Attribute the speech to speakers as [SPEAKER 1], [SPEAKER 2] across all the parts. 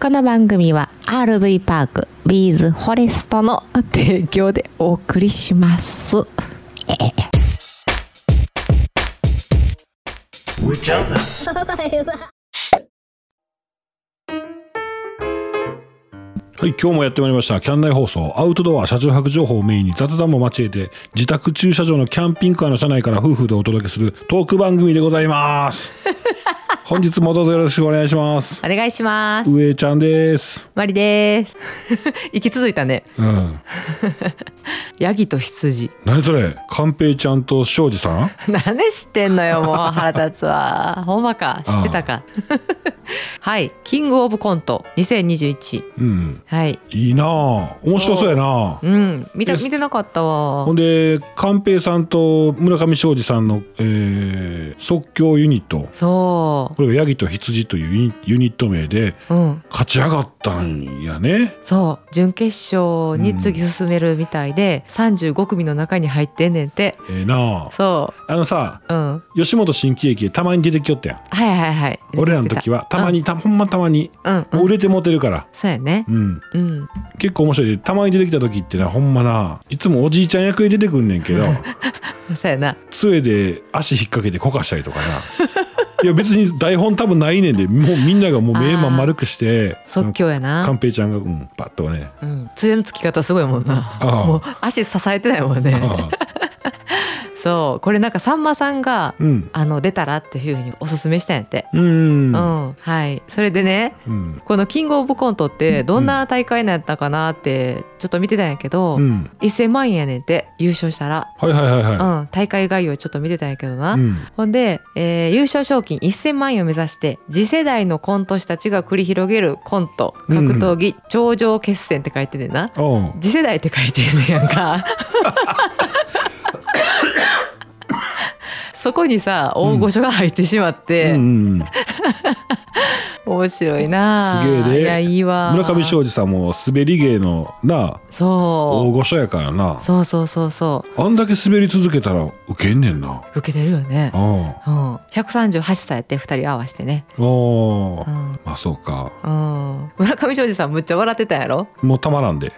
[SPEAKER 1] この番組は RV パークビーズフォレストの提供でお送りします。
[SPEAKER 2] はい、今日もやってまいりました。キャン内放送、アウトドア、車中泊情報をメインに雑談も交えて、自宅駐車場のキャンピングカーの車内から夫婦でお届けするトーク番組でございます。本日もどうぞよろしくお願いします。
[SPEAKER 1] お願いします。
[SPEAKER 2] 上ちゃんです。
[SPEAKER 1] マリ です。行き続いたね。
[SPEAKER 2] うん。
[SPEAKER 1] ヤギと羊。
[SPEAKER 2] 何それ寛平ちゃんと庄司さん
[SPEAKER 1] 何知ってんのよもう腹立つわほんまか知ってたか はいキングオブコント2021
[SPEAKER 2] うん。
[SPEAKER 1] はい
[SPEAKER 2] いいなあ面白そうやな
[SPEAKER 1] うん見た
[SPEAKER 2] よし
[SPEAKER 1] 見てなかったわ
[SPEAKER 2] ほんで、寛平さんと村上庄司さんの、えー即興ユニット。
[SPEAKER 1] そ
[SPEAKER 2] これがヤギと羊というユニユニット名で
[SPEAKER 1] ううん
[SPEAKER 2] 勝ち上がったんやね。
[SPEAKER 1] そう準決勝に次進めるみたいで、35組の中に入ってんねんて
[SPEAKER 2] ええなあ
[SPEAKER 1] そ
[SPEAKER 2] あのさ
[SPEAKER 1] ううん
[SPEAKER 2] 吉本新喜劇でたまに出てきよったやん
[SPEAKER 1] はいはいはい
[SPEAKER 2] 俺らの時はたまにたほんまたまに
[SPEAKER 1] うんう
[SPEAKER 2] もうん売れてモテるから、
[SPEAKER 1] そうやね
[SPEAKER 2] うん、
[SPEAKER 1] うん
[SPEAKER 2] 結構面白いでたまに出てきた時ってなほんまないつもおじいちゃん役で出てくんねんけど
[SPEAKER 1] そうやな
[SPEAKER 2] 杖で足引っ掛けてこかしたりとかな いや別に台本多分ないねんでもうみんながもう目まん丸くして
[SPEAKER 1] 即興や
[SPEAKER 2] あの
[SPEAKER 1] な
[SPEAKER 2] 寛平ちゃんが、うん、パッとね
[SPEAKER 1] うん杖のつき方すごいもんな
[SPEAKER 2] ああ
[SPEAKER 1] もう足支えてないもんね
[SPEAKER 2] ああ
[SPEAKER 1] そうこれなんかさんまさんが、
[SPEAKER 2] うん
[SPEAKER 1] あの出たらっていうふうにおすすめしたんやって、
[SPEAKER 2] う
[SPEAKER 1] うんん
[SPEAKER 2] うん
[SPEAKER 1] はいそれでね
[SPEAKER 2] うん
[SPEAKER 1] この「キングオブコント」ってどんな大会なんやったかなってちょっと見てたんやけど、
[SPEAKER 2] うん
[SPEAKER 1] 1,000万円やねんって優勝したら、
[SPEAKER 2] はいはいはいは
[SPEAKER 1] うん、大会概要ちょっと見てたんやけどな、
[SPEAKER 2] いうん
[SPEAKER 1] ほんで、えー優勝賞金1,000万円を目指して次世代のコント師たちが繰り広げるコント格闘技頂上決戦って書いてんねんな、
[SPEAKER 2] おう
[SPEAKER 1] 次世代って書いてるねや んか。そこにさ大御所が入ってしまって、
[SPEAKER 2] うんうん
[SPEAKER 1] 面白いなあ
[SPEAKER 2] すげえで
[SPEAKER 1] いやいいわ
[SPEAKER 2] 村上庄司さんも滑り芸のな大
[SPEAKER 1] そ
[SPEAKER 2] 御所やからな
[SPEAKER 1] うそうそうそうそ
[SPEAKER 2] あんだけ滑り続けたらウケんねんな
[SPEAKER 1] う受けてるよね
[SPEAKER 2] う、んあ
[SPEAKER 1] うん、138歳やって2人合わせてね、う
[SPEAKER 2] あ
[SPEAKER 1] ん
[SPEAKER 2] まあそうか
[SPEAKER 1] うん、村上庄司さんむっちゃ笑ってたんやろ
[SPEAKER 2] もうたまらん で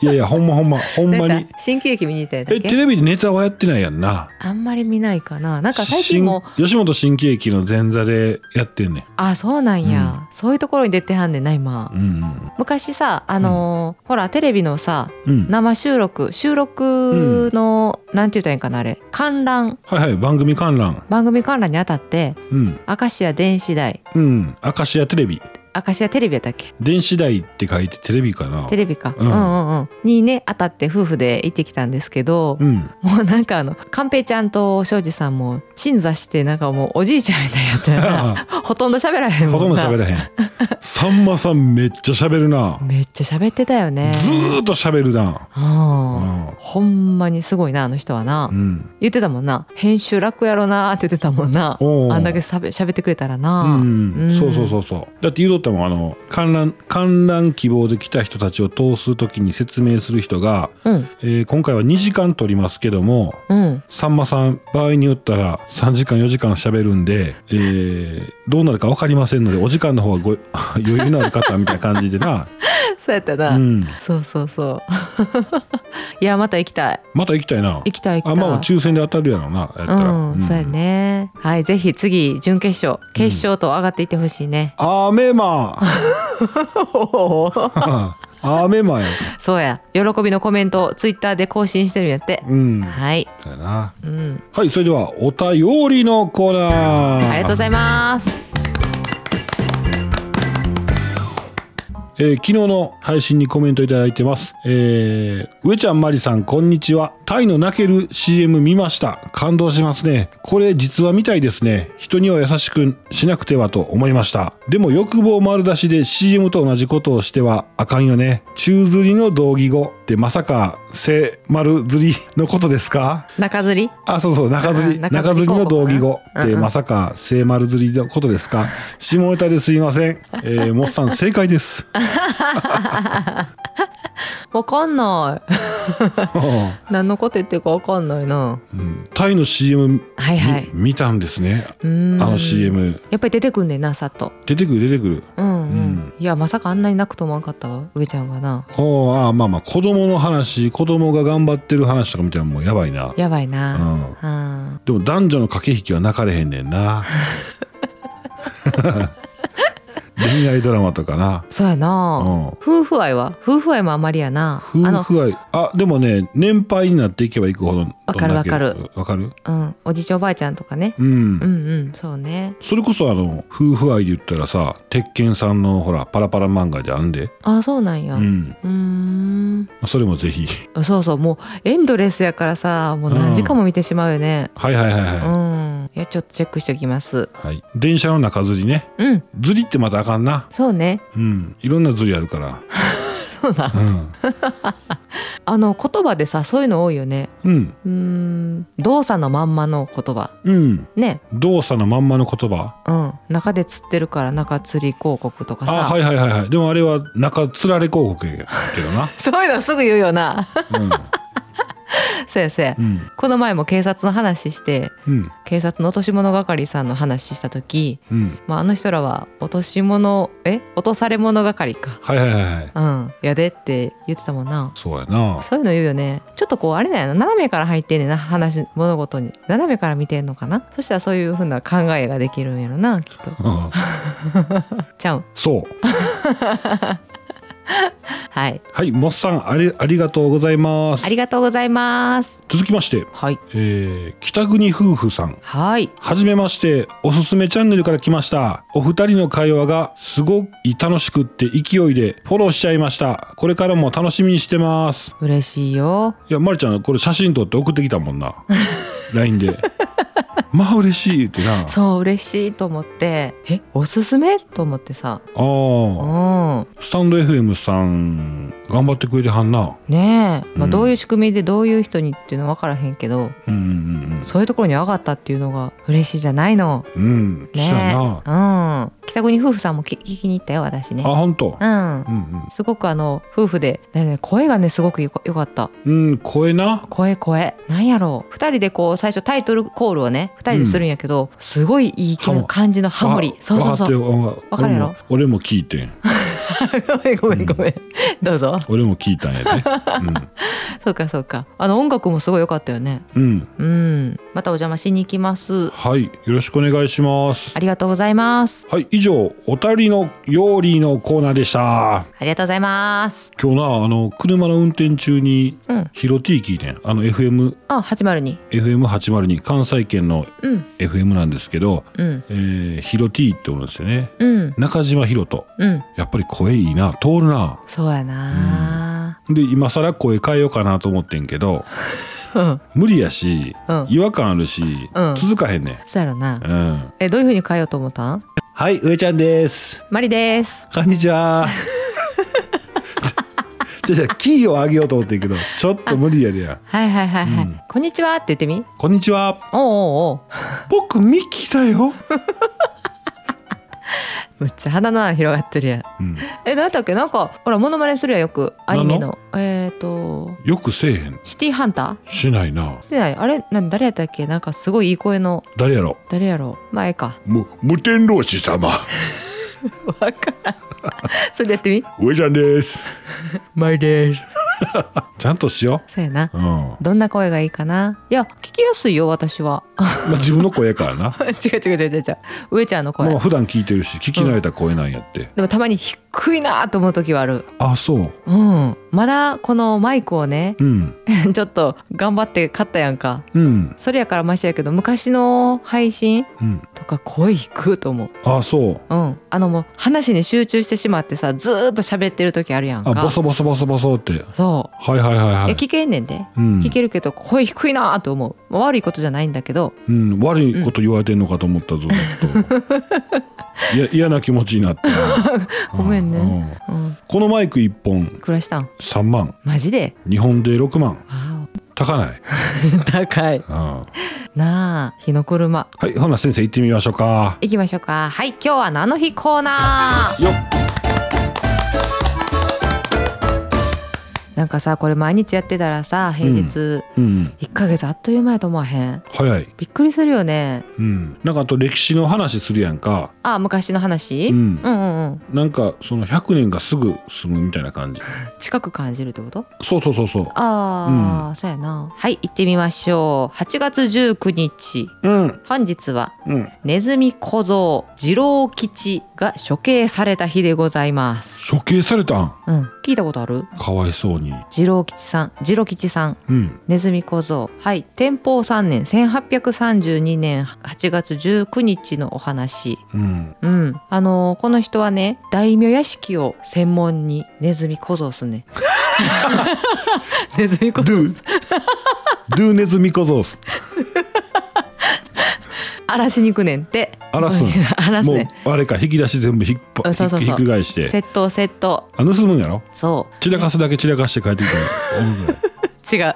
[SPEAKER 2] いやいやほんまほんまほんま
[SPEAKER 1] なん
[SPEAKER 2] に
[SPEAKER 1] か新喜劇見に行ったんやったっ
[SPEAKER 2] えテ
[SPEAKER 1] け
[SPEAKER 2] レビでネタはやってないやんな
[SPEAKER 1] あんまり見ないかななんか最近も
[SPEAKER 2] 新吉本新喜劇の前座でやってんね
[SPEAKER 1] あそうなんや、そういうところに出てはんねんな今、
[SPEAKER 2] んうん
[SPEAKER 1] 昔さあのーほらテレビのさ
[SPEAKER 2] うんうん
[SPEAKER 1] 生収録収録の、なんて言ったらいいんかなあれ観覧
[SPEAKER 2] はいはい番組観覧
[SPEAKER 1] 番組観覧にあたって
[SPEAKER 2] うん
[SPEAKER 1] 明石家電子台
[SPEAKER 2] うん明石家テレビ
[SPEAKER 1] 明石家テレビやったっけ
[SPEAKER 2] 電子台って書いてテレビかな
[SPEAKER 1] テレビか、
[SPEAKER 2] う
[SPEAKER 1] うんん、うんうんにね当たって夫婦で行ってきたんですけど、
[SPEAKER 2] うん
[SPEAKER 1] もうなんかあの寛平ちゃんと庄司さんも鎮座してなんかもうおじいちゃんみたいやったよ な ほとんど喋らへん
[SPEAKER 2] ほ
[SPEAKER 1] も
[SPEAKER 2] とん
[SPEAKER 1] ん
[SPEAKER 2] ど
[SPEAKER 1] な
[SPEAKER 2] 喋ら へんさんまさんめっちゃ喋るな
[SPEAKER 1] めっちゃ喋ってたよね
[SPEAKER 2] ずーっと喋るな
[SPEAKER 1] うん
[SPEAKER 2] うん
[SPEAKER 1] ほんまにすごいなあの人はな、
[SPEAKER 2] うん
[SPEAKER 1] 言ってたもんな編集楽やろなって言ってたもんな
[SPEAKER 2] おう
[SPEAKER 1] あんだけしゃべってくれたらな、
[SPEAKER 2] うん
[SPEAKER 1] うん
[SPEAKER 2] そうそうそうそうだって言うとったもんあの観覧観覧希望で来た人たちを通す時に説明する人が、
[SPEAKER 1] うん
[SPEAKER 2] えー今回は2時間取りますけども
[SPEAKER 1] うん
[SPEAKER 2] さんまさん場合によったら3時間4時間しゃべるんで、えーどうなるか分かりませんのでお時間の方はご 余裕のある方みたいな感じで な、
[SPEAKER 1] そうやったな、
[SPEAKER 2] うん、
[SPEAKER 1] そうそうそう いやまた行きたい
[SPEAKER 2] また行きたいな
[SPEAKER 1] 行きたい行きたい
[SPEAKER 2] あまあ抽選で当たるやろうなやった
[SPEAKER 1] う
[SPEAKER 2] ら
[SPEAKER 1] ん、
[SPEAKER 2] ん
[SPEAKER 1] そうやねはいぜひ次準決勝決勝と上がっていってほしい ね、
[SPEAKER 2] アメマ アメマや
[SPEAKER 1] そうや喜びのコメントをツイッターで更新してるんやって、
[SPEAKER 2] うん
[SPEAKER 1] はい、
[SPEAKER 2] そうやな
[SPEAKER 1] うん、
[SPEAKER 2] はい、それではお便りのコーナー。
[SPEAKER 1] ありがとうございます
[SPEAKER 2] えー昨日の配信にコメントいただいてます。えー、上ちゃんまりさん、こんにちは。タイの泣ける CM 見ました。感動しますね。これ実話みたいですね。人には優しくしなくてはと思いました。でも欲望丸出しで CM と同じことをしてはあかんよね。宙吊りの同義語ってまさか、せ丸吊りのことですか
[SPEAKER 1] 中吊り
[SPEAKER 2] あ、そうそう、中吊り。
[SPEAKER 1] あ
[SPEAKER 2] 中
[SPEAKER 1] 中
[SPEAKER 2] 吊
[SPEAKER 1] 吊り
[SPEAKER 2] りの同義語
[SPEAKER 1] うん
[SPEAKER 2] っ
[SPEAKER 1] うん
[SPEAKER 2] て、まさか、聖丸吊りのことですか下ネタですいません。えー、モッさん、正解です。
[SPEAKER 1] わかんない 何のこと言ってるかわかんないな
[SPEAKER 2] うん タイの CM み、
[SPEAKER 1] はいはい
[SPEAKER 2] 見たんですね。
[SPEAKER 1] あ
[SPEAKER 2] あの CM。
[SPEAKER 1] やっぱり出てくんねんなさっと
[SPEAKER 2] 出てくる、出てくる。
[SPEAKER 1] うん、うん
[SPEAKER 2] ん
[SPEAKER 1] いやまさかあんなに泣くと思わんかったわ上ちゃんがな
[SPEAKER 2] おーあーまあまあ子供の話子供が頑張ってる話とか見たらもうやばいな
[SPEAKER 1] やばいうな、
[SPEAKER 2] ん
[SPEAKER 1] うん、
[SPEAKER 2] でも男女の駆け引きは泣かれへんねん な恋愛ドラマとかな
[SPEAKER 1] そうやな、
[SPEAKER 2] うん
[SPEAKER 1] 夫婦愛は夫婦愛もあまりやなあ
[SPEAKER 2] 夫
[SPEAKER 1] の、
[SPEAKER 2] 婦愛あでもね年配になっていけばいくほど
[SPEAKER 1] わかるわかる
[SPEAKER 2] わかる
[SPEAKER 1] うん、おじいちゃんおばあちゃんとかね
[SPEAKER 2] うん
[SPEAKER 1] うんうんそうね
[SPEAKER 2] それこそあの夫婦愛で言ったらさ鉄拳さんのほらパラパラ漫画であんで
[SPEAKER 1] あそうなんや
[SPEAKER 2] う
[SPEAKER 1] うんーん
[SPEAKER 2] それもぜ ひ
[SPEAKER 1] そうそうもうエンドレスやからさもう何時間も見てしまうよね
[SPEAKER 2] はいはいはいはい、
[SPEAKER 1] うん、いやちょっとチェックしておきます
[SPEAKER 2] はい、電車の中ずりね
[SPEAKER 1] うん
[SPEAKER 2] ずりってまたあかんな
[SPEAKER 1] そうね
[SPEAKER 2] うんいろんなずりあるから
[SPEAKER 1] そうな
[SPEAKER 2] うん、
[SPEAKER 1] あの言葉でさそういうの多いよね
[SPEAKER 2] うん
[SPEAKER 1] うーん動作のまんまの言葉
[SPEAKER 2] うん、
[SPEAKER 1] ね
[SPEAKER 2] 動作のまんまの言葉
[SPEAKER 1] うん中で釣ってるから中釣り広告とかさ、
[SPEAKER 2] あはいはいはいはいでもあれは中つられ広告やけどな
[SPEAKER 1] そういうのすぐ言うよ なそうやそうや、
[SPEAKER 2] うん
[SPEAKER 1] この前も警察の話して
[SPEAKER 2] うんうん
[SPEAKER 1] 警察の落とし物係さんの話した時、
[SPEAKER 2] うん
[SPEAKER 1] まあ、あの人らは落とし物え落とされ物係か
[SPEAKER 2] はいはいはいはい
[SPEAKER 1] うんやでって言ってたもんな
[SPEAKER 2] そうやな
[SPEAKER 1] そういうの言うよねちょっとこうあれだよな斜めから入ってんねんな話物事に斜めから見てんのかなそしたらそういうふうな考えができるんやろなきっと
[SPEAKER 2] うん
[SPEAKER 1] ちゃう
[SPEAKER 2] そう
[SPEAKER 1] はい
[SPEAKER 2] はいモッさんありありがとうございます
[SPEAKER 1] ありがとうございます
[SPEAKER 2] 続きまして、
[SPEAKER 1] はい
[SPEAKER 2] えー、北国夫婦さん
[SPEAKER 1] はい
[SPEAKER 2] はじめまして、おすすめチャンネルから来ました。お二人の会話がすごく楽しくって勢いでフォローしちゃいました。これからも楽しみにしてます。
[SPEAKER 1] 嬉しいよ
[SPEAKER 2] いや、まるちゃん、これ写真撮って送ってきたもん な。LINE で。まあ嬉しいってな。あ
[SPEAKER 1] そう嬉しいと思ってえおすすめと思ってさう
[SPEAKER 2] あ、
[SPEAKER 1] ん
[SPEAKER 2] スタンド FM さん、頑張ってくれてはんな。
[SPEAKER 1] ねえ、
[SPEAKER 2] う
[SPEAKER 1] まあ、
[SPEAKER 2] ん
[SPEAKER 1] どういう仕組みでどういう人にっていうのは分からへんけど、
[SPEAKER 2] うんうん
[SPEAKER 1] そういうところに上がったっていうのが嬉しいじゃないの
[SPEAKER 2] うんうん。うん、
[SPEAKER 1] ね
[SPEAKER 2] そうや
[SPEAKER 1] え
[SPEAKER 2] な。
[SPEAKER 1] うん北国夫婦さんもき聞きに行ったよ私
[SPEAKER 2] あ、
[SPEAKER 1] ね
[SPEAKER 2] ほんと
[SPEAKER 1] う。ん
[SPEAKER 2] うんうん
[SPEAKER 1] すごくあの夫婦でだよね声がねすごくよかよかった。
[SPEAKER 2] うん、声な。
[SPEAKER 1] 声声なんやろう2人でこう最初タイトルコールをね2人でするんやけど、すごいいい
[SPEAKER 2] ハモ
[SPEAKER 1] 感じのハモリ
[SPEAKER 2] あ
[SPEAKER 1] そうそうそ
[SPEAKER 2] わかって
[SPEAKER 1] う
[SPEAKER 2] よわ
[SPEAKER 1] わかるやろ
[SPEAKER 2] 俺も俺も聞いてん。
[SPEAKER 1] ご めんごめんごめん、どうぞ
[SPEAKER 2] 俺も聞いたんや で。うん。
[SPEAKER 1] そうかそうかあの音楽もすごい良かったよね
[SPEAKER 2] うん、
[SPEAKER 1] うんまたお邪魔しに行きます
[SPEAKER 2] はい、よろしくお願いします。
[SPEAKER 1] ありがとうございます
[SPEAKER 2] はい、以上、おたりの料理のコーナーでした。
[SPEAKER 1] ありがとうございます
[SPEAKER 2] 今日な、あの車の運転中に、
[SPEAKER 1] うん
[SPEAKER 2] ヒロティ聞いてん、あの FM。
[SPEAKER 1] あ802
[SPEAKER 2] FM802 関西圏の
[SPEAKER 1] うん
[SPEAKER 2] FM なんですけど、
[SPEAKER 1] うん
[SPEAKER 2] えー、ヒロティっておるんですよね
[SPEAKER 1] うん
[SPEAKER 2] 中島ヒロト
[SPEAKER 1] うん
[SPEAKER 2] やっぱり声いいな通るな
[SPEAKER 1] そうやな
[SPEAKER 2] で今更声変えようかなと思ってんけ ど
[SPEAKER 1] うん
[SPEAKER 2] 無理やし
[SPEAKER 1] うん
[SPEAKER 2] 違和感あるし、
[SPEAKER 1] うん
[SPEAKER 2] 続かへんね、
[SPEAKER 1] そうやろなん
[SPEAKER 2] うん、
[SPEAKER 1] えどういう風に変えようと思ったん
[SPEAKER 2] はい上ちゃんです
[SPEAKER 1] マリです
[SPEAKER 2] こんにちは。 じゃじゃキーを上げようと思ってんけど、ちょっと無理やりや。
[SPEAKER 1] はいはいはいはい、
[SPEAKER 2] うん
[SPEAKER 1] こんにちはって言ってみ
[SPEAKER 2] こんにちは。
[SPEAKER 1] おうおうおう
[SPEAKER 2] 僕ミキだよ。
[SPEAKER 1] むっちゃ鼻の穴広がってるやん
[SPEAKER 2] うん、
[SPEAKER 1] え何やったっけなんかほらモノマネするやんよくアニメ
[SPEAKER 2] 何
[SPEAKER 1] のえっ、と
[SPEAKER 2] よくせえへん。
[SPEAKER 1] シティハンタ
[SPEAKER 2] しないな
[SPEAKER 1] ー。してないあれなん誰やったっけなんかすごいいい声の
[SPEAKER 2] 誰やろ。
[SPEAKER 1] 誰やろう前か
[SPEAKER 2] む無天老師様。
[SPEAKER 1] わからんそれでやってみ
[SPEAKER 2] 上ちゃんです。
[SPEAKER 1] マイです
[SPEAKER 2] ちゃんとしよ
[SPEAKER 1] そうやな
[SPEAKER 2] う。うん。ま
[SPEAKER 1] どんな声がいいかないや聞きやすいよ私は
[SPEAKER 2] あ自分の声やから な。
[SPEAKER 1] 違う違う違う違う上ちゃんの声、
[SPEAKER 2] まあ普段聞いてるし聞き慣れた声なんやって。
[SPEAKER 1] でもたまに低いなと思う時はある
[SPEAKER 2] あ、そう。
[SPEAKER 1] うんまだこのマイクをね
[SPEAKER 2] うん。
[SPEAKER 1] ちょっと頑張って買ったやんか
[SPEAKER 2] うん。
[SPEAKER 1] それやからマシやけど昔の配信
[SPEAKER 2] うん。
[SPEAKER 1] とか声低いと思う
[SPEAKER 2] あ、そう。
[SPEAKER 1] うんあのもう話に集中してしまってさずーっと喋ってる時あるやん
[SPEAKER 2] あ、
[SPEAKER 1] か
[SPEAKER 2] ボソボソボソボソって。
[SPEAKER 1] そう、
[SPEAKER 2] はいはいはいはい
[SPEAKER 1] や
[SPEAKER 2] い。
[SPEAKER 1] 聞けんねんで、
[SPEAKER 2] うん
[SPEAKER 1] 聞けるけど声低いなーと思う、まあ悪いことじゃないんだけど
[SPEAKER 2] うん、悪いこと言われてんのかと思ったぞ、ずっと いや嫌な気持ちになったう
[SPEAKER 1] ごめんね
[SPEAKER 2] う
[SPEAKER 1] うん
[SPEAKER 2] このマイク1本
[SPEAKER 1] いくらしたん
[SPEAKER 2] 3万
[SPEAKER 1] マジで
[SPEAKER 2] 日本で6万
[SPEAKER 1] わ
[SPEAKER 2] 高ない、
[SPEAKER 1] お高い
[SPEAKER 2] うん、は
[SPEAKER 1] なあ日の車
[SPEAKER 2] いほな先生行ってみましょうか
[SPEAKER 1] 行きましょうかはい今日は何の日コーナー
[SPEAKER 2] よっ
[SPEAKER 1] なんかさこれ毎日やってたらさ平日
[SPEAKER 2] うん、
[SPEAKER 1] 1ヶ月あっという間やと思わへん
[SPEAKER 2] 早い、
[SPEAKER 1] びっくりするよね
[SPEAKER 2] うん、なんかあと歴史の話するやんか、
[SPEAKER 1] あ昔の話、
[SPEAKER 2] う
[SPEAKER 1] うん、
[SPEAKER 2] ん、
[SPEAKER 1] うんうん
[SPEAKER 2] なんかその100年がすぐ済むみたいな感じ
[SPEAKER 1] 近く感じるってこと
[SPEAKER 2] そうそうそうそう
[SPEAKER 1] ああ、そうやなはい行ってみましょう8月19日
[SPEAKER 2] うん
[SPEAKER 1] 本日は
[SPEAKER 2] うん
[SPEAKER 1] ネズミ小僧次郎吉が処刑された日でございます
[SPEAKER 2] 処刑されたん
[SPEAKER 1] うん聞いたことある
[SPEAKER 2] かわいそうに
[SPEAKER 1] 次郎吉さん次郎吉さん
[SPEAKER 2] うん
[SPEAKER 1] ネズミ小僧はい天保3年1832年8月19日のお話
[SPEAKER 2] うん
[SPEAKER 1] うんあのーこの人はね大名屋敷を専門にネズミ小僧っすね ネズミ小僧
[SPEAKER 2] Do Do ネズミ小僧っす
[SPEAKER 1] 荒らしに行くねんって
[SPEAKER 2] 荒らすん
[SPEAKER 1] 荒らす
[SPEAKER 2] も
[SPEAKER 1] ね
[SPEAKER 2] うあれか引き出し全部ひっぱ
[SPEAKER 1] うんそうそうそう
[SPEAKER 2] ひっくり返して
[SPEAKER 1] 窃盗窃盗
[SPEAKER 2] あ盗むんやろ
[SPEAKER 1] そう
[SPEAKER 2] 散らかすだけ散らかして帰ってきたのおるぐらい
[SPEAKER 1] 違う、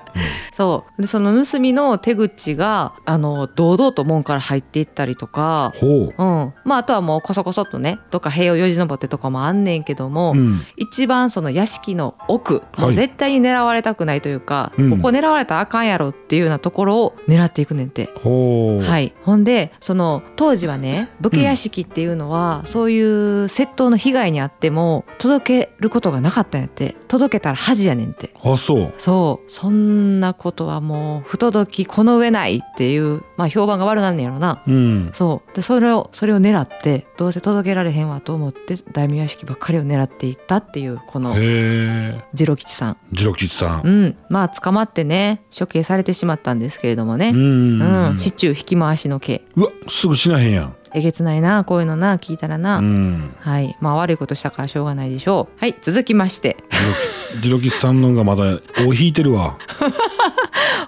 [SPEAKER 1] そうでその盗みの手口があの堂々と門から入っていったりとか、
[SPEAKER 2] ほう
[SPEAKER 1] うんまあ、あとはもうこそこそっとねとか塀をよじ登ってとかもあんねんけども、
[SPEAKER 2] うん
[SPEAKER 1] 一番その屋敷の奥も
[SPEAKER 2] は
[SPEAKER 1] う
[SPEAKER 2] い
[SPEAKER 1] 絶対に狙われたくないというか、
[SPEAKER 2] うん
[SPEAKER 1] ここ狙われたらあかんやろっていうようなところを狙っていくねんて。
[SPEAKER 2] ほう
[SPEAKER 1] はい、ほんでその当時はね武家屋敷っていうのは、そういう窃盗の被害にあっても届けることがなかったんやって届けたら恥やねんって
[SPEAKER 2] あそう
[SPEAKER 1] そうそんなことはもう不届きこの上ないっていうまあ評判が悪なんねやろな
[SPEAKER 2] うん
[SPEAKER 1] そうでそれをそれを狙ってどうせ届けられへんわと思って大名屋敷ばっかりを狙っていったっていうこの
[SPEAKER 2] へえ
[SPEAKER 1] 次郎吉さん
[SPEAKER 2] 次郎吉さ
[SPEAKER 1] うんんまあ捕まってね処刑されてしまったんですけれどもね
[SPEAKER 2] ん
[SPEAKER 1] うん市中引き回しの刑
[SPEAKER 2] うわすぐ死なへんやん
[SPEAKER 1] えげつないなこういうのな聞いたらな、
[SPEAKER 2] うん
[SPEAKER 1] はいまあ悪いことしたからしょうがないでしょうはい続きまして
[SPEAKER 2] 次郎吉さんの方がまだ尾引いてるわ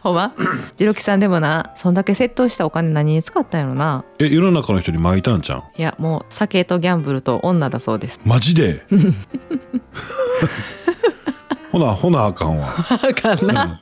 [SPEAKER 1] ほ んま次郎吉さんでもなそんだけ窃盗したお金何に使ったんやろな
[SPEAKER 2] え世の中の人に巻いたんじゃん
[SPEAKER 1] いやもう酒とギャンブルと女だそ うです。
[SPEAKER 2] マジ でほなほなあかんわ、
[SPEAKER 1] か
[SPEAKER 2] うん
[SPEAKER 1] な。
[SPEAKER 2] ん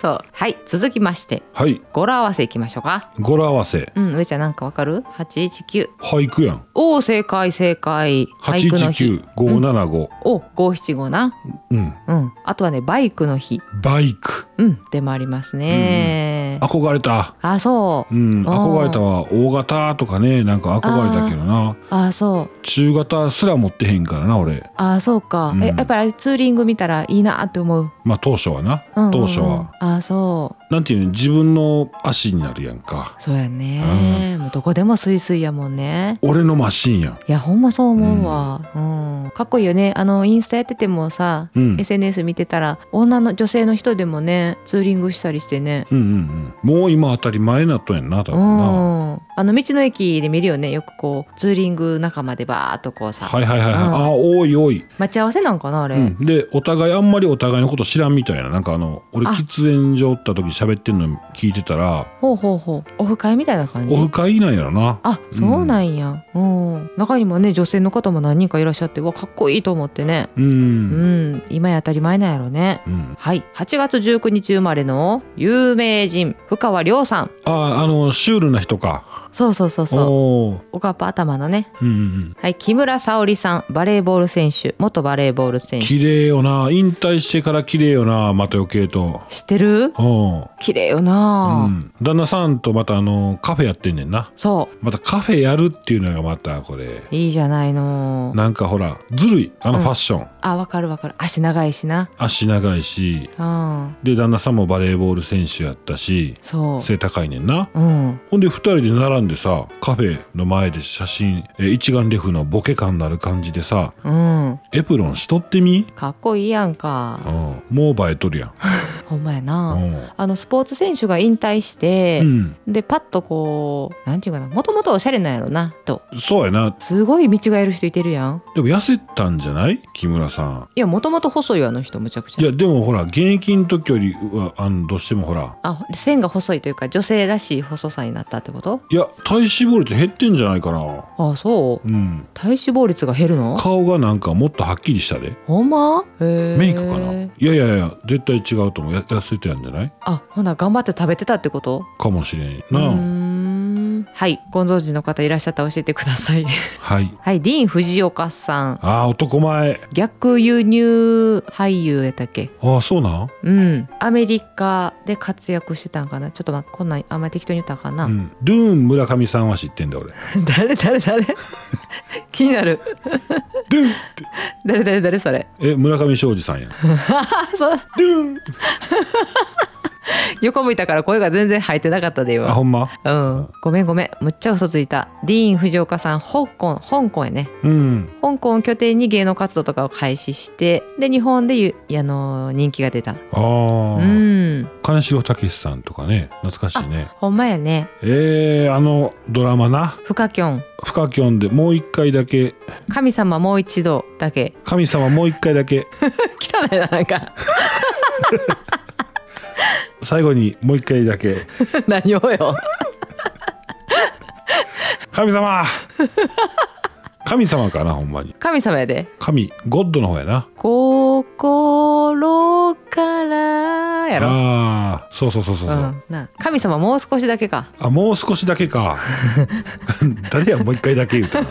[SPEAKER 1] そう。はい続きまして
[SPEAKER 2] はい
[SPEAKER 1] 語呂合わせいきましょうか。
[SPEAKER 2] 語呂合わせ
[SPEAKER 1] うん上ちゃんなんかわかる？819。
[SPEAKER 2] 俳句やん
[SPEAKER 1] おお正解正解。俳句の日。
[SPEAKER 2] 819575
[SPEAKER 1] お575な。
[SPEAKER 2] うん
[SPEAKER 1] うん。あとはねバイクの日。
[SPEAKER 2] バイク
[SPEAKER 1] うんでもありますね。
[SPEAKER 2] 憧れた
[SPEAKER 1] あそう。
[SPEAKER 2] うん
[SPEAKER 1] あー
[SPEAKER 2] 憧れたは大型とかねなんか憧れたけどな
[SPEAKER 1] あそう。
[SPEAKER 2] 中型すら持ってへんからな俺
[SPEAKER 1] あそうか。え
[SPEAKER 2] うん
[SPEAKER 1] やっぱりツーリング見たらいいなって思う。
[SPEAKER 2] まあ当初はな、
[SPEAKER 1] うんうんうん
[SPEAKER 2] 当初は。
[SPEAKER 1] あそう。
[SPEAKER 2] なんていうの自分の足になるやんか
[SPEAKER 1] そうやね。もうどこでもスイスイやもんね。
[SPEAKER 2] 俺のマシンやん
[SPEAKER 1] いやほんまそう思うわ、うんかっこいいよねあのインスタやっててもさ、
[SPEAKER 2] うん
[SPEAKER 1] SNS 見てたら女の女性の人でもねツーリングしたりしてね
[SPEAKER 2] うんうんうんもう今当たり前なっとんやんな多分
[SPEAKER 1] うん
[SPEAKER 2] な
[SPEAKER 1] あの道の駅で見るよねよくこうツーリング仲間でバーっとこうさ、
[SPEAKER 2] はいはいはいはい、
[SPEAKER 1] うん
[SPEAKER 2] ああ多い多い、
[SPEAKER 1] 待ち合わせなんかなあれ、
[SPEAKER 2] うん、でお互いあんまりお互いのこと知らんみたいななんかあの俺
[SPEAKER 1] あ
[SPEAKER 2] 喫煙所おった時喋ってんの聞いてたら
[SPEAKER 1] ほうほうほうオフ会みたいな感
[SPEAKER 2] オフ
[SPEAKER 1] じ
[SPEAKER 2] 会なんやろな
[SPEAKER 1] あそうなんや、うん、中にもね女性の方も何人かいらっしゃってうわかっこいいと思ってね
[SPEAKER 2] うん、
[SPEAKER 1] うん、今や当たり前なんやろね
[SPEAKER 2] うん
[SPEAKER 1] はい8月19日生まれの有名人深川亮さん
[SPEAKER 2] あああのシュールな人か
[SPEAKER 1] そうそうそうそう。
[SPEAKER 2] おー
[SPEAKER 1] おかっぱ頭のね。
[SPEAKER 2] うんうんうん
[SPEAKER 1] はい、木村沙織さん、バレーボール選手、元バレーボール選手。
[SPEAKER 2] 綺麗よな引退してから綺麗よなまた余計と
[SPEAKER 1] 知ってる？
[SPEAKER 2] うん
[SPEAKER 1] 綺麗よ
[SPEAKER 2] う
[SPEAKER 1] な、
[SPEAKER 2] ん、旦那さんとまたあのカフェやってんねんな
[SPEAKER 1] そ
[SPEAKER 2] またカフェやるっていうのがまたこれ
[SPEAKER 1] う、いいじゃないの。
[SPEAKER 2] なんかほらずるいあの
[SPEAKER 1] うん
[SPEAKER 2] ファッション、
[SPEAKER 1] あ、わかるわかる。足長いしな。
[SPEAKER 2] 足長いし
[SPEAKER 1] うん、
[SPEAKER 2] で旦那さんもバレーボール選手やったし
[SPEAKER 1] そ
[SPEAKER 2] 背高いねんな
[SPEAKER 1] う。うん。
[SPEAKER 2] ほんで2人で並んでさカフェの前で写真えー一眼レフのボケ感のある感じでさ
[SPEAKER 1] うん。
[SPEAKER 2] エプロンしとってみ、
[SPEAKER 1] かっこいいやん
[SPEAKER 2] う
[SPEAKER 1] か。
[SPEAKER 2] ん、もう映えとるやん、
[SPEAKER 1] ほんまや
[SPEAKER 2] う
[SPEAKER 1] な。
[SPEAKER 2] ん
[SPEAKER 1] あのスポーツ選手が引退して、でパッとこうなんていうかなもともとおしゃれなんやろなと
[SPEAKER 2] うん、そうやな
[SPEAKER 1] すごい見違える人いてるやん
[SPEAKER 2] でも痩せたんじゃない木村さ
[SPEAKER 1] いやもともと細いよあの人むちゃくちゃ
[SPEAKER 2] んいやでもほら現役の時よりはあのどうしてもほら
[SPEAKER 1] あ線が細いというか女性らしい細さになったってこと
[SPEAKER 2] いや体脂肪率減ってんじゃないかな
[SPEAKER 1] あそう
[SPEAKER 2] うん
[SPEAKER 1] 体脂肪率が減るの
[SPEAKER 2] 顔がなんかもっとはっきりしたで
[SPEAKER 1] ほんまへえ
[SPEAKER 2] メイクかな、いやいやいや絶対違うと思うや痩せてたんじゃない
[SPEAKER 1] あほな頑張って食べてたってこと
[SPEAKER 2] かもしれん
[SPEAKER 1] うー
[SPEAKER 2] な、
[SPEAKER 1] んはいご存知の方いらっしゃったら教えてください
[SPEAKER 2] はい
[SPEAKER 1] はいディーン・藤岡さん
[SPEAKER 2] ああ男前
[SPEAKER 1] 逆輸入俳優やったっけ
[SPEAKER 2] ああそうなん
[SPEAKER 1] うんアメリカで活躍してたんかなちょっと待ってこんなんあんまり適当に言ったらあかんな、
[SPEAKER 2] うん、ドゥーン村上さんは知ってんだ俺
[SPEAKER 1] 誰誰誰気になる
[SPEAKER 2] ドゥーンっ
[SPEAKER 1] 誰誰誰それ
[SPEAKER 2] てえ村上庄司さんやん
[SPEAKER 1] あそう
[SPEAKER 2] ドゥーン
[SPEAKER 1] 横向いたから声が全然入ってなかったで
[SPEAKER 2] あ
[SPEAKER 1] 今
[SPEAKER 2] ほんま
[SPEAKER 1] うんごめんごめんむっちゃ嘘ついたディーン・藤岡さん香港香港やね
[SPEAKER 2] うん
[SPEAKER 1] 香港を拠点に芸能活動とかを開始してで日本でゆあの人気が出た
[SPEAKER 2] あ
[SPEAKER 1] う
[SPEAKER 2] あ、
[SPEAKER 1] ん
[SPEAKER 2] 金城武さんとかね懐かしいね
[SPEAKER 1] ほんまやね
[SPEAKER 2] えー、あのドラマな
[SPEAKER 1] フカキョン
[SPEAKER 2] 「フカキョン」でもう一回だけ
[SPEAKER 1] 神様もう一度だけ
[SPEAKER 2] 「神様もう一回だけ
[SPEAKER 1] 汚いななんか
[SPEAKER 2] 最後にもう一回だけ
[SPEAKER 1] 何をよ
[SPEAKER 2] 神 様神様かなほんまに
[SPEAKER 1] 神様やで
[SPEAKER 2] 神ゴッドの方やな
[SPEAKER 1] 心からやろ
[SPEAKER 2] ああそうそうそうそうう、
[SPEAKER 1] ん
[SPEAKER 2] う
[SPEAKER 1] な神様もう少しだけか
[SPEAKER 2] あもう少しだけか 誰やもう一回だけ言うたの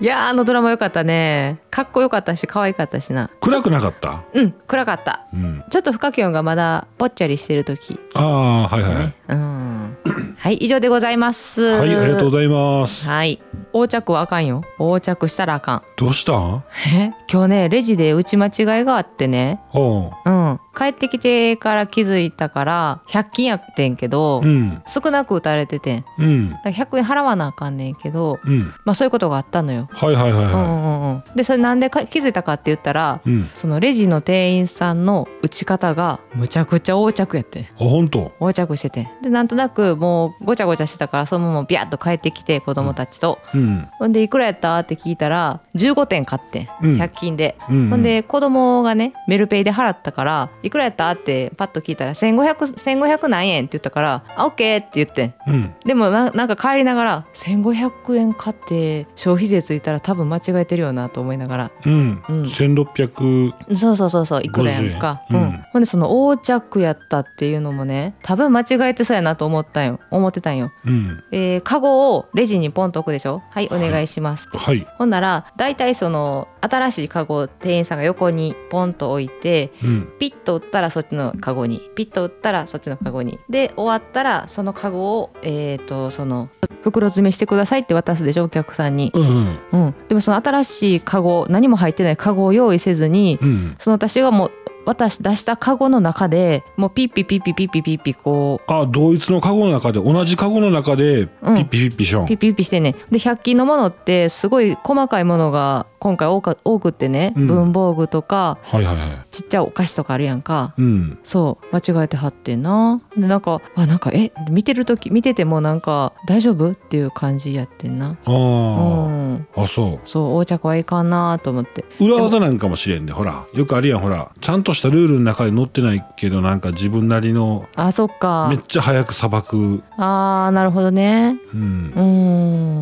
[SPEAKER 1] いやーあのドラマ良かったねかっこよかったし可愛かったしな
[SPEAKER 2] 暗くなかった、
[SPEAKER 1] うん暗かった
[SPEAKER 2] うん、
[SPEAKER 1] ちょっとフカキョンがまだぽっちゃりしてる時
[SPEAKER 2] ああはいはいはい、
[SPEAKER 1] ねうんはい以上でございます
[SPEAKER 2] はいありがとうございます
[SPEAKER 1] はい横着はあかんよ横着したらあかん
[SPEAKER 2] どうしたん
[SPEAKER 1] え今日ねレジで打ち間違いがあってね
[SPEAKER 2] おう
[SPEAKER 1] うん帰ってきてから気づいたから100均やってんけど、
[SPEAKER 2] うん
[SPEAKER 1] 少なく打たれててん
[SPEAKER 2] うん
[SPEAKER 1] だから100円払わなあかんねんけど
[SPEAKER 2] うん
[SPEAKER 1] まあそういうことがあったのよ、
[SPEAKER 2] はいはいはい
[SPEAKER 1] う
[SPEAKER 2] は
[SPEAKER 1] んうんうんうんでそれなんでか気づいたかって言ったら
[SPEAKER 2] いうん、あ
[SPEAKER 1] そのレジの店員さんの打ち方がむちゃくちゃ横着やってん
[SPEAKER 2] 本当
[SPEAKER 1] 横着しててんでなんとなくもうごちゃごちゃしてたからそのままビャッと帰ってきて子供たちと、
[SPEAKER 2] うん
[SPEAKER 1] ほんでいくらやったって聞いたら15点買ってん
[SPEAKER 2] うん
[SPEAKER 1] 100均で、
[SPEAKER 2] うんうん
[SPEAKER 1] ほんで子供がねメルペイで払ったからいくらやったってパッと聞いたら1500 1500何円って言ったから「あオッケーって言ってん
[SPEAKER 2] うん
[SPEAKER 1] でもななんか帰りながら1500円買って消費税ついたら多分間違えてるよなと思いながら
[SPEAKER 2] うん、
[SPEAKER 1] うん
[SPEAKER 2] 1600
[SPEAKER 1] そうそうそうそういくらやんか、
[SPEAKER 2] 50円うん
[SPEAKER 1] ほんでその横着やったっていうのもね多分間違えてそうやなと思ったんよ思ってたんよ、
[SPEAKER 2] うん
[SPEAKER 1] えー、カゴをレジにポンと置くでしょはいお
[SPEAKER 2] はい
[SPEAKER 1] 願いします、
[SPEAKER 2] はい
[SPEAKER 1] ほんなら大体その新しいカゴを店員さんが横にポンと置いて
[SPEAKER 2] うん
[SPEAKER 1] ピッと打ったらそっちのカゴにピッと打ったらそっちのカゴにで終わったらそのカゴをえー、とその袋詰めしてくださいって渡すでしょお客さんに、
[SPEAKER 2] うんうん
[SPEAKER 1] うん、でもその新しいカゴ何も入ってないカゴを用意せずに
[SPEAKER 2] うん
[SPEAKER 1] その私がもう渡し出したカゴの中でもうピッピピッピピッピピッピこ
[SPEAKER 2] あ同一のカゴの中で同じカゴの中でピ
[SPEAKER 1] うん
[SPEAKER 2] ッピピッピション、
[SPEAKER 1] うピッピピッピしてねで100均のものってすごい細かいものが今回多か多くってね、
[SPEAKER 2] うん
[SPEAKER 1] 文房具とか
[SPEAKER 2] はいはいはい
[SPEAKER 1] ちっちゃいお菓子とかあるやんか。
[SPEAKER 2] うん
[SPEAKER 1] そう間違えてはってんなでなんかあなんかえ見てる時見ててもなんか大丈夫っていう感じやってんな
[SPEAKER 2] あ
[SPEAKER 1] う
[SPEAKER 2] ー、
[SPEAKER 1] ん
[SPEAKER 2] あそ
[SPEAKER 1] そう横着はいかんなと思って
[SPEAKER 2] う裏技なんかもしれんで、ほらよくあるやんほらちゃんとしたルールの中で載ってないけどなんか自分なりの
[SPEAKER 1] あそっか
[SPEAKER 2] めっちゃ早くさばく
[SPEAKER 1] あーなるほどね
[SPEAKER 2] うん
[SPEAKER 1] う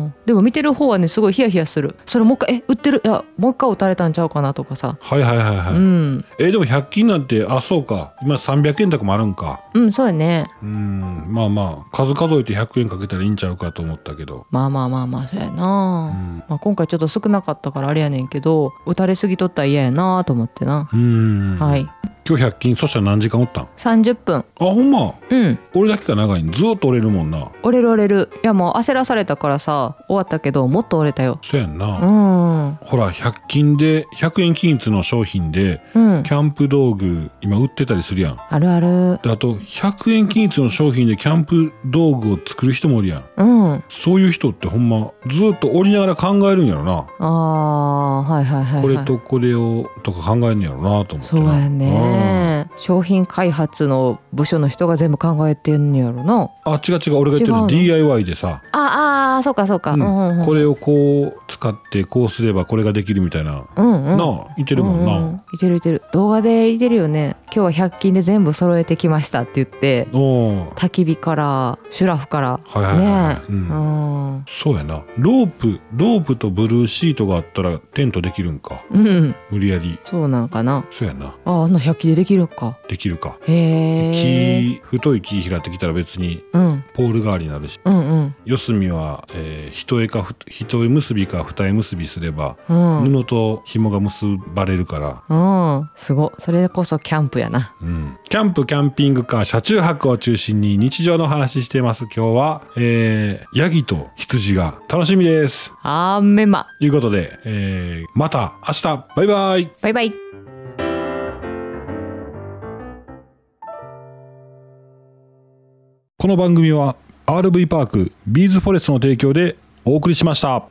[SPEAKER 1] んでも見てる方はねすごいヒヤヒヤするそれもう一回え売ってるいやもう一回打たれたんちゃうかなとかさ
[SPEAKER 2] はいはいはいはい、
[SPEAKER 1] うん
[SPEAKER 2] えーでも100均なんてあそうか今300円高もあるんか
[SPEAKER 1] うんそうやね
[SPEAKER 2] うんまあまあ数数えて100円かけたらいいんちゃうかと思ったけど
[SPEAKER 1] まあまあまあまあそうや
[SPEAKER 2] う
[SPEAKER 1] な、
[SPEAKER 2] ん
[SPEAKER 1] まあ、今回ちょっと少なかったからあれやねんけど打たれすぎとったら嫌やなと思ってな、
[SPEAKER 2] うん
[SPEAKER 1] はい
[SPEAKER 2] 今日100均そしたら何時間おったんあ
[SPEAKER 1] 30分
[SPEAKER 2] ほんま
[SPEAKER 1] うん
[SPEAKER 2] 俺だけが長いんずっと折れるもんな
[SPEAKER 1] 折れる折れるいやもう焦らされたからさ終わったけどもっと折れたよ
[SPEAKER 2] そうやんな、
[SPEAKER 1] うん
[SPEAKER 2] ほら100均で100円均一の商品で
[SPEAKER 1] うん
[SPEAKER 2] キャンプ道具今売ってたりするやん
[SPEAKER 1] あるある
[SPEAKER 2] であと100円均一の商品でキャンプ道具を作る人もおるやん
[SPEAKER 1] うん
[SPEAKER 2] そういう人ってほんまずっと折りながら考えるんやろな
[SPEAKER 1] あーはいはいはい、はい、
[SPEAKER 2] これとこれをとか考えんねやろなと思って
[SPEAKER 1] そう
[SPEAKER 2] な
[SPEAKER 1] やね商品開発の部署の人が全部考えてんやろな
[SPEAKER 2] うんあ違う違う俺が言ってる
[SPEAKER 1] 違う
[SPEAKER 2] の
[SPEAKER 1] の
[SPEAKER 2] DIY でさ、
[SPEAKER 1] ああーそうかそうか
[SPEAKER 2] う
[SPEAKER 1] うんんうんうん
[SPEAKER 2] これをこう使ってこうすればこれができるみたいな、
[SPEAKER 1] うんうん
[SPEAKER 2] なあ言ってるもんな、
[SPEAKER 1] うんうんいてるいてる動画でいてるよね今日は100均で全部揃えてきました」って言って
[SPEAKER 2] おー
[SPEAKER 1] 焚き火からシュラフから、
[SPEAKER 2] はいはいはいはい
[SPEAKER 1] ねえ、
[SPEAKER 2] う
[SPEAKER 1] うんん
[SPEAKER 2] そうやなロープロープとブルーシートがあったらテントできるんか
[SPEAKER 1] うん、
[SPEAKER 2] 無理やり
[SPEAKER 1] そうなんかな
[SPEAKER 2] そうやな
[SPEAKER 1] ああんな100均でできるか
[SPEAKER 2] できるか
[SPEAKER 1] へ
[SPEAKER 2] 木
[SPEAKER 1] え、
[SPEAKER 2] 太い木拾ってきたら別に
[SPEAKER 1] うん、
[SPEAKER 2] ポール代わりになるし
[SPEAKER 1] うんうん
[SPEAKER 2] 四隅は、えー、一重かふ一重結びか二重結びすれば、
[SPEAKER 1] うん
[SPEAKER 2] 布と紐が結ばれるから、
[SPEAKER 1] うん、すごそれこそキャンプやな
[SPEAKER 2] うん、キャンプキャンピングカー車中泊を中心に日常の話してます今日は、えー、ヤギと羊が楽しみです
[SPEAKER 1] あーめま
[SPEAKER 2] ということで、えー、また明日バイバイ
[SPEAKER 1] バイバイ
[SPEAKER 2] この番組は RV パークビーズフォレストの提供でお送りしました